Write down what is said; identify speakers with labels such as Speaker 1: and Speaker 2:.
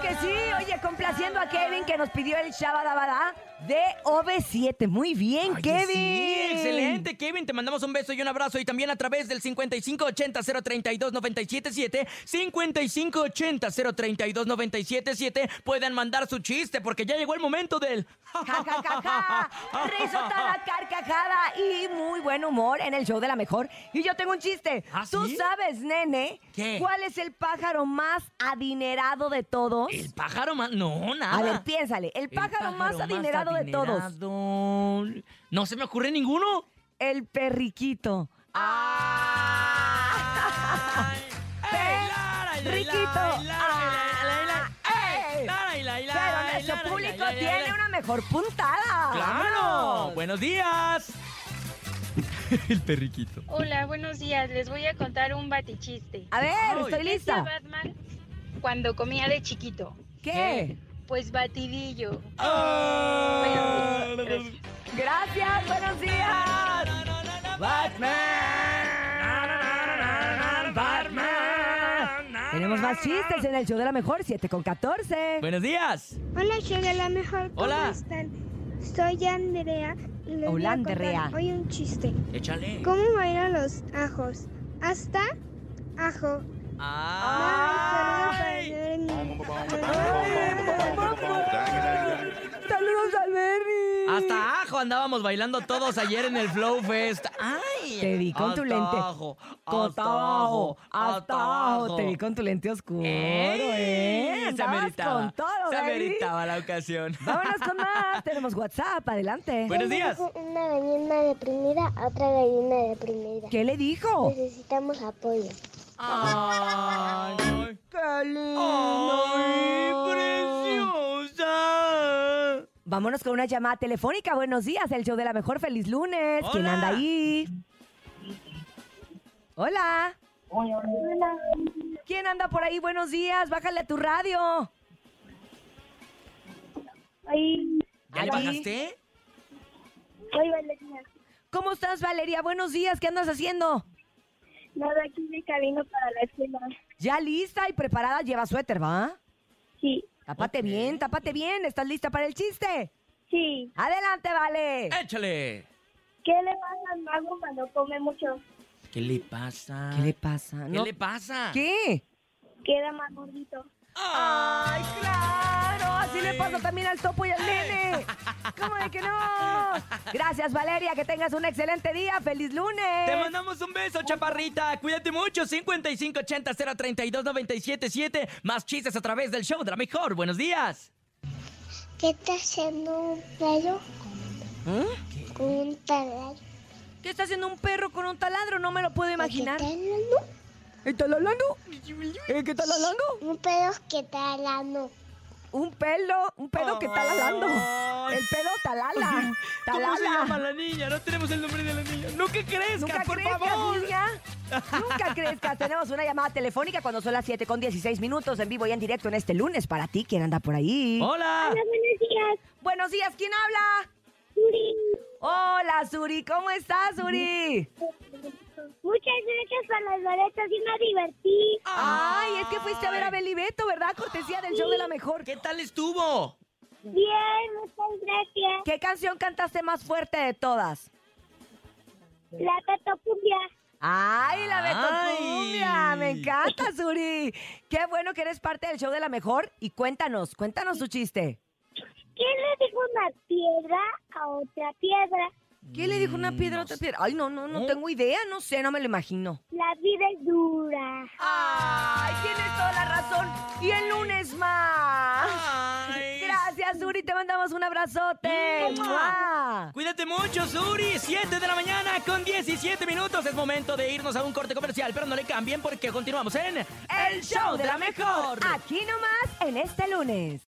Speaker 1: que sí. Oye, complaciendo a Kevin que nos pidió el Shabadabada de OV7. Muy bien,
Speaker 2: Oye,
Speaker 1: Kevin.
Speaker 2: Sí, excelente, Kevin. Te mandamos un beso y un abrazo. Y también a través del 5580-032-977, 5580-032-977, pueden mandar su chiste porque ya llegó el momento del...
Speaker 1: Ja, ja, ja, ja. Risotada, carcajada y muy buen humor en el show de la mejor. Y yo tengo un chiste.
Speaker 2: ¿Ah,
Speaker 1: ¿Tú
Speaker 2: sí?
Speaker 1: sabes, nene,
Speaker 2: ¿Qué?
Speaker 1: cuál es el pájaro más adinerado de todos?
Speaker 2: El pájaro más... No, Eh, nada.
Speaker 1: A ver, piénsale. El pájaro, más, adinerado de todos.
Speaker 2: todos. No se me ocurre ninguno.
Speaker 1: El perriquito.
Speaker 2: Ay, ey, Lara, ey,
Speaker 1: Riquito.
Speaker 2: Lara, ey, Lara, ey,
Speaker 1: Ay.
Speaker 2: Lara, ey, Lara, ey,
Speaker 1: Pero
Speaker 2: Lara, ey,
Speaker 1: nuestro
Speaker 2: Lara,
Speaker 1: público
Speaker 2: ey, Lara,
Speaker 1: tiene
Speaker 2: ey,
Speaker 1: una mejor puntada.
Speaker 2: ¡Claro!
Speaker 1: ¡Vámonos!
Speaker 2: ¡Buenos días! El perriquito.
Speaker 3: Hola, buenos días. Les voy a contar un batichiste.
Speaker 1: A ver,
Speaker 2: Ay.
Speaker 1: estoy
Speaker 3: ¿Qué hacía
Speaker 1: lista.
Speaker 3: Batman cuando comía de chiquito?
Speaker 1: ¿Qué?
Speaker 3: Pues batidillo.
Speaker 2: Ah,
Speaker 1: Gracias, buenos días.
Speaker 2: Batman. Batman.
Speaker 1: Tenemos más chistes en el show de la mejor, 7 con 14.
Speaker 2: Buenos días.
Speaker 4: Hola, yo de la mejor. ¿Cómo
Speaker 2: Hola.
Speaker 4: están? Soy Andrea. y Les voy
Speaker 1: Hola,
Speaker 4: a contar
Speaker 1: Andrea.
Speaker 4: Hoy un chiste.
Speaker 2: Échale.
Speaker 4: ¿Cómo bailan los ajos? Hasta ajo.
Speaker 2: Ay.
Speaker 1: Saludos al Berry.
Speaker 2: Hasta ajo andábamos bailando todos ayer en el Flow Fest. ¡Ay!
Speaker 1: Te vi con tu
Speaker 2: Hasta
Speaker 1: lente.
Speaker 2: ajo,
Speaker 1: Hasta abajo, hasta abajo. Te vi con tu lente oscuro,
Speaker 2: ¡Ey!
Speaker 1: ¿eh?
Speaker 2: Se
Speaker 1: Andabas
Speaker 2: ameritaba.
Speaker 1: con todo,
Speaker 2: se
Speaker 1: Berry.
Speaker 2: ameritaba la ocasión.
Speaker 1: Vámonos con más. Tenemos WhatsApp, adelante.
Speaker 2: Buenos días.
Speaker 4: Una gallina deprimida, otra gallina deprimida.
Speaker 1: ¿Qué le dijo?
Speaker 4: Necesitamos apoyo.
Speaker 2: Ay,
Speaker 1: ¡Qué
Speaker 2: ay, preciosa.
Speaker 1: Vámonos con una llamada telefónica. Buenos días, el show de la mejor. Feliz lunes. ¿Quién
Speaker 2: Hola.
Speaker 1: anda ahí? Hola. ¿Quién anda por ahí? Buenos días. Bájale a tu radio.
Speaker 4: Hoy,
Speaker 2: ¿Ya
Speaker 1: Allí.
Speaker 2: le bajaste?
Speaker 4: hoy Valeria.
Speaker 1: ¿Cómo estás, Valeria? Buenos días. ¿Qué andas haciendo?
Speaker 4: Nada, aquí de camino para la escuela.
Speaker 1: Ya lista y preparada. Lleva suéter, ¿va?
Speaker 4: Sí,
Speaker 1: Tápate bien, tápate bien. ¿Estás lista para el chiste?
Speaker 4: sí.
Speaker 1: Adelante,
Speaker 2: Eh.
Speaker 1: Vale.
Speaker 2: Échale.
Speaker 4: ¿Qué le pasa al mago cuando come mucho?
Speaker 2: ¿Qué le pasa?
Speaker 1: ¿Qué le pasa?
Speaker 2: ¿Qué
Speaker 1: No-
Speaker 2: le pasa?
Speaker 1: ¿Qué?
Speaker 4: Queda más gordito.
Speaker 1: ¡Ay, claro! Así le pasa también al topo y al nene. ¿Cómo de que no? Gracias, Valeria. Que tengas un excelente día. ¡Feliz lunes!
Speaker 2: Te mandamos un beso, chaparrita. Cuídate mucho. 5580-032-977. Más chistes a través del show de la mejor. Buenos días.
Speaker 4: ¿Qué está haciendo un perro
Speaker 1: ¿Eh?
Speaker 4: con un taladro?
Speaker 1: ¿Qué está haciendo un perro con un taladro? No me lo puedo imaginar.
Speaker 4: ¿Qué está hablando?
Speaker 1: ¿Está talando? ¿Qué está talando?
Speaker 4: Un perro que está hablando.
Speaker 1: Un pelo, un pelo que está talando.
Speaker 2: Ay.
Speaker 1: El pelo talala.
Speaker 2: Oh. ¿Cómo se llama
Speaker 1: Talala.
Speaker 2: la niña? No tenemos el nombre de la niña. No que crezca,
Speaker 1: Nunca
Speaker 2: por
Speaker 1: crezcas,
Speaker 2: favor.
Speaker 1: niña. Nunca crezcas. Tenemos una llamada telefónica cuando son las 7 con 16 minutos en vivo y en directo en este lunes para ti. ¿Quién anda por ahí?
Speaker 2: Hola.
Speaker 4: buenos días,
Speaker 1: Buenos días, ¿quién habla?
Speaker 4: Yuri.
Speaker 1: Hola, Suri, ¿cómo estás, Suri?
Speaker 4: Muchas gracias por los boletos y me divertí.
Speaker 1: Ay, es que fuiste a ver a Belibeto, ¿verdad? Cortesía del show de la mejor.
Speaker 2: ¿Qué tal estuvo?
Speaker 4: Bien, muchas gracias.
Speaker 1: ¿Qué canción cantaste más fuerte de todas?
Speaker 4: La catopumbia.
Speaker 1: Ay, la
Speaker 2: Ay.
Speaker 1: Betocumbia, me encanta, Suri. Qué bueno que eres parte del show de la mejor y cuéntanos, cuéntanos tu chiste.
Speaker 4: ¿Qué le dijo una piedra a otra piedra?
Speaker 1: ¿Qué le dijo una piedra a otra piedra? Ay, no, no, no tengo idea, no sé, no me lo imagino.
Speaker 4: La vida es dura.
Speaker 1: Ay, tienes toda la razón. Y el lunes más.
Speaker 2: Ay. Mm,
Speaker 1: Gracias, Suri, te mandamos un abrazote.
Speaker 2: ¡Mua!
Speaker 1: ¡Mua!
Speaker 2: Cuídate mucho, Suri. 7 de la mañana con 17 minutos. Es momento de irnos a un corte comercial, pero no le cambien porque continuamos en
Speaker 1: El show de la mejor. Aquí nomás en este lunes.